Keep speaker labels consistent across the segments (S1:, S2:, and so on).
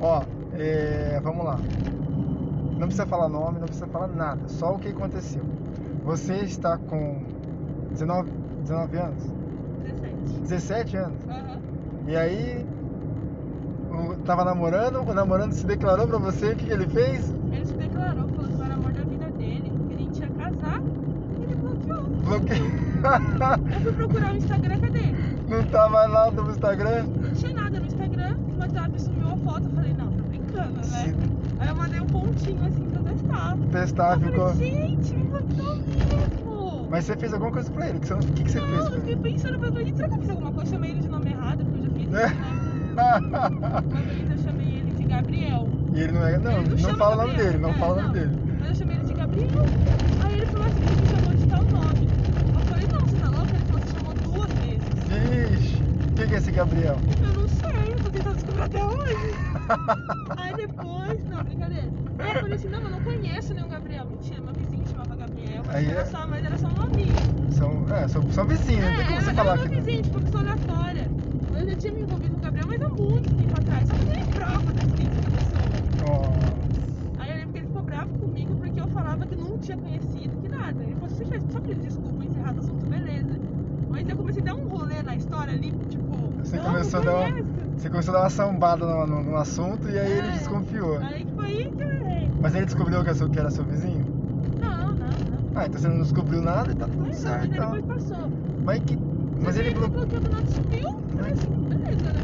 S1: Ó, é, vamos lá. Não precisa falar nome, não precisa falar nada. Só o que aconteceu. Você está com 19, 19 anos?
S2: 17.
S1: 17 anos?
S2: Aham.
S1: E aí. o- Tava namorando, o namorando se declarou pra você, o que, que ele fez?
S2: Ele se declarou, falou que eu era o amor da vida dele, que ele tinha casar, e ele bloqueou.
S1: Bloqueio.
S2: Eu fui procurar o Instagram, cadê?
S1: não tava lá no Instagram?
S2: Não tinha nada no Instagram, o WhatsApp sumiu a foto. Eu falei, não, tá brincando,
S1: Se
S2: né? Aí eu mandei um pontinho assim pra testar.
S1: testar,
S2: eu
S1: Tá, ficou.
S2: falei, gente, me bloqueou mesmo.
S1: Mas você fez alguma coisa pra ele? O que, você- o que que você
S2: não,
S1: fez?
S2: eu
S1: pra
S2: fiquei
S1: ele?
S2: pensando, eu falei, gente, será que eu fiz alguma coisa? Eu chamei ele de nome errado, porque eu já fiz isso, né? Uma vez eu chamei ele de Gabriel.
S1: Né? e ele não é. Não,
S2: Ele
S1: não,
S2: chama
S1: fala o nome
S2: Gabriel,
S1: dele, não
S2: é,
S1: fala o nome dele.
S2: Mas eu chamei ele de Gabriel. Aí ele falou assim, você me chamou de tal nome. Eu falei, não, você tá louco? Ele falou, você chamou duas vezes.
S1: Vixe, o que, que é esse Gabriel?
S2: Eu não sei, eu tô tentando descobrir até hoje. Aí depois, não, brincadeira. Aí eu falei assim, não, eu não conheço nenhum Gabriel. Mentira, meu vizinho chamava Gabriel. Mas
S1: Aí é-
S2: era só, mas era só um amigo.
S1: São, é, são, são vizinhos, não tem como você
S2: era,
S1: falar
S2: era meu
S1: que.
S2: vizinho, tipo, pessoa aleatória. Eu já tinha me envolvido com o Gabriel, mas há muito tempo atrás. Só que eu nem prova da existência da pessoa.
S1: Ó,
S2: Aí eu lembro que ele ficou bravo comigo porque eu falava que não tinha conhecido, que nada. Ele falou, você fez só pedir desculpa, encerrar o assunto, beleza. Mas eu comecei a dar um rolê na história ali, tipo,
S1: Você
S2: não,
S1: começou a
S2: não
S1: dar uma-
S2: conheço.
S1: você começou a dar uma sambada no, no- no assunto e aí ele
S2: É.
S1: desconfiou.
S2: Aí que foi aí que eu errei.
S1: Mas ele descobriu que era seu, que era seu vizinho?
S2: Não, não, não.
S1: Ah, então você não descobriu nada e tá tudo
S2: Mas não,
S1: certo.
S2: mas
S1: então.
S2: depois passou.
S1: Mas que. Mas
S2: Só
S1: ele
S2: que me
S1: bloqueou.
S2: bloqueou do nada e sumiu. Eu falei assim, beleza, né?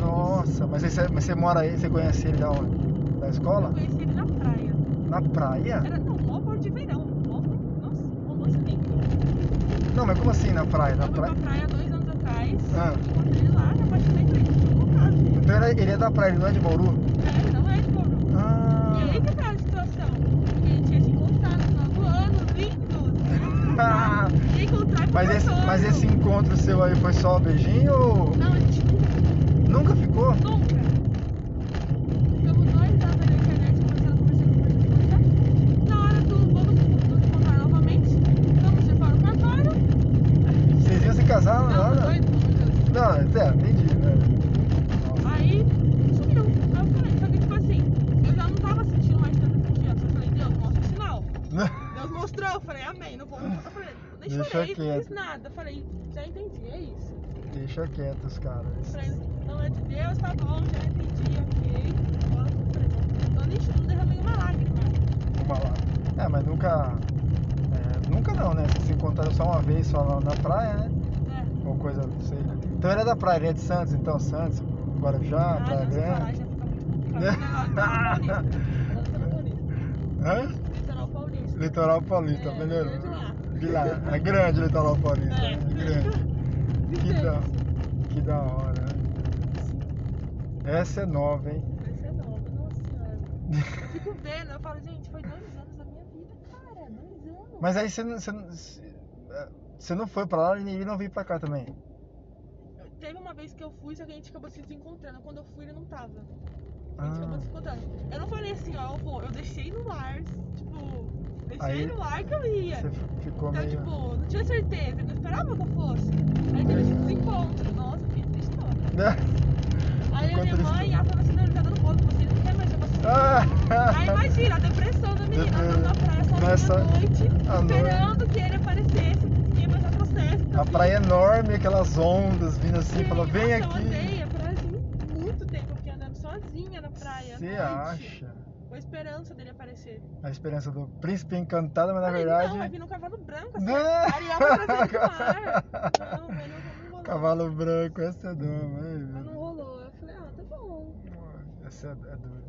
S1: Nossa, mas aí você, mas você mora aí, você conhece ele da onde? Da
S2: Eu
S1: escola?
S2: conheci ele na praia.
S1: Na praia?
S2: Era, não, mó amor de verão. Mó, nossa, romance lindo.
S1: Não, mas como assim na praia? Na
S2: Eu fui pra
S1: praia?
S2: praia dois anos atrás.
S1: Ah.
S2: Encontrei ele lá, me apaixonei por ele. Fiquei loucaço.
S1: Então era- ele é da praia, ele não é de Bauru?
S2: É, não é, tipo,
S1: Ah.
S2: E aí que tá a situação. Porque a gente ia se encontrar no final do ano, lindos.
S1: Ah.
S2: Ia encontrar e
S1: Mas esse,
S2: conversando.
S1: mas esse encontro seu aí foi só beijinho ou
S2: Não, a gente
S1: nunca ficou?
S2: nunca, nunca. Ficamos dois anos ali na internet conversando, conversando, conversando, conversando. Na hora do vamos nos encontrar novamente, vamos de forma agora. Ah,
S1: Vocês iam se casar
S2: Não,
S1: lá?
S2: dois, dois.
S1: Não, é, entendi, né? Nossa.
S2: Aí sumiu. Aí eu falei, só que tipo assim, eu já não tava sentindo mais tanta confiança. Eu falei, Deus, mostra o sinal.
S1: né?
S2: Deus mostrou, eu falei, amém, não vou, não vou. Eu falei, nem
S1: Deixa
S2: chorei, não
S1: quieto.
S2: fiz nada. Eu falei, já entendi, é isso.
S1: Deixa quieto os
S2: Eu
S1: caras.
S2: Falei, não é de Deus, tá bom, já entendi, ok. Agora eu falei, não, eu nem chorei, não derramei uma lágrima.
S1: Uma lá. É, mas nunca. é, nunca não, né? Vocês se encontraram só uma vez só lá na praia, né?
S2: É.
S1: Ou coisa, não sei. Então ele é da praia, ele é de Santos, então, Santos, Guarujá,
S2: Ah,
S1: Praia
S2: não, se falar,
S1: Grande.
S2: já fica muito complicado. Litoral paulista.
S1: Hã?
S2: Litoral paulista.
S1: Litoral Paulista,
S2: É,
S1: melhorou.
S2: é de lá.
S1: De lá. É grande o Litoral Paulista.
S2: É.
S1: É, grande. Que da, que da hora. né? Essa é nova, hein?
S2: Essa é nova, nossa. Eu fico vendo, eu falo, gente, foi dois anos da minha vida, cara, dois anos.
S1: Mas aí você não, você não, você não foi pra lá e ele não veio pra cá também.
S2: Teve uma vez que eu fui, só que a gente acabou se desencontrando. Quando eu fui, ele não tava. A
S1: Ah,
S2: gente acabou se encontrando. Eu não falei assim, ó, eu vou. Eu deixei no ar, tipo, deixei
S1: Aí-
S2: no ar que eu ia.
S1: você ficou
S2: Então,
S1: meio.
S2: tipo, não tinha certeza, não esperava que eu fosse. Aí teve esse desencontro. Nossa, que triste não. Aí a
S1: Ficou
S2: minha
S1: triste.
S2: mãe, ela falou assim, não, ele tá dando conta de você, ele não quer mais ver você.
S1: Ah,
S2: Aí imagina, a depressão da menina, ela tava na praia sozinha
S1: Nessa-
S2: à noite,
S1: à noite.
S2: esperando que ele aparecesse, ia baixar processo. então,
S1: a praia enorme, aquelas ondas vindo assim,
S2: Sim,
S1: falou, vem
S2: nossa, Eu
S1: aqui.
S2: andei a praia assim, muito tempo, eu fiquei andando sozinha na praia. à
S1: Você
S2: noite,
S1: acha?
S2: Com a esperança dele aparecer.
S1: A esperança do príncipe encantado, mas na
S2: Falei,
S1: verdade. Né?
S2: Não, vai vir um cavalo branco assim.
S1: Não.
S2: Ariel vai trazer ele no ar. Não, mas não, não rolou.
S1: Cavalo branco, essa é doma. hein,
S2: Mas não
S1: meu
S2: rolou. Eu falei, ah, tá bom.
S1: Deus. Essa é é doida.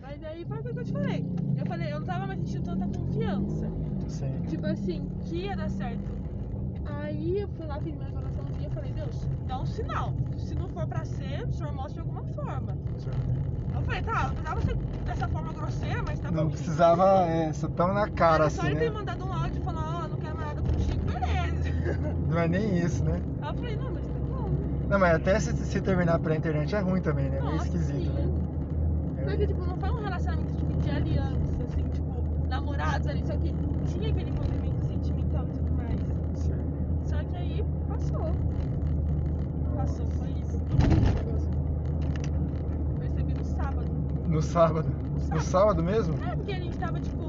S2: Mas daí foi o que eu te falei. Eu falei, eu não tava mais sentindo tanta confiança.
S1: Sim.
S2: Tipo assim, que ia dar certo. Aí eu fui lá, fiz minha oraçãozinha e falei, Deus, dá um sinal. Se não for pra ser, o senhor mostra de alguma forma. Eu falei, tá, não dava ser dessa forma grosseira, mas tá bom.
S1: Não precisava, é, só tão na cara
S2: Era só
S1: assim,
S2: ele ter
S1: né?
S2: mandado um áudio e falar, ó, não quero mais nada contigo, beleza.
S1: Não é nem isso, né?
S2: Aí eu falei, não, mas tá bom.
S1: Não, mas até se, se terminar pela internet é ruim também, né? Meio
S2: Nossa,
S1: esquisito, né?
S2: sim. Só que,
S1: É.
S2: tipo, não foi um relacionamento tipo, de aliança, assim, tipo, namorados ali, só que tinha aquele envolvimento sentimental e tudo mais.
S1: Sim.
S2: Só que aí passou. Passou, foi isso. Percebi no sábado.
S1: No sábado. No
S2: Sábado.
S1: sábado mesmo?
S2: É, porque a gente tava, tipo,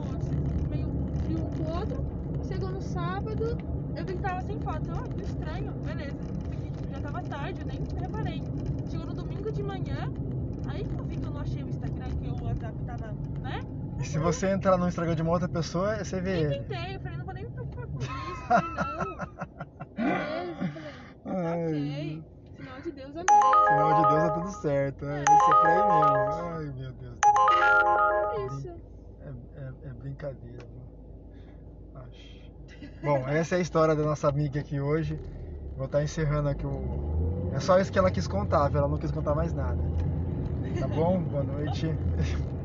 S2: meio frio um com o outro. Chegou no sábado, eu vi que tava sem foto. Eu, ah, que estranho, beleza. Porque tipo, já tava tarde, eu nem reparei. Chegou no domingo de manhã, aí que eu vi que eu não achei o Instagram, que o WhatsApp tava, né?
S1: E se você entrar no Instagram de uma outra pessoa, você vê
S2: Nem
S1: ele.
S2: tentei, eu falei, não vou nem me preocupar com isso, eu falei, não. Beleza, eu falei, tá ok. Sinal de Deus, amém.
S1: Pelo amor de Deus, tá tudo certo. É, isso é pra ele mesmo. Ai, meu Deus.
S2: É isso.
S1: É, é- é brincadeira, viu? Acho. Bom, essa é a história da nossa amiga aqui hoje. Vou estar encerrando aqui o. É só isso que ela quis contar, viu? Ela não quis contar mais nada. Tá bom? Boa Tá noite.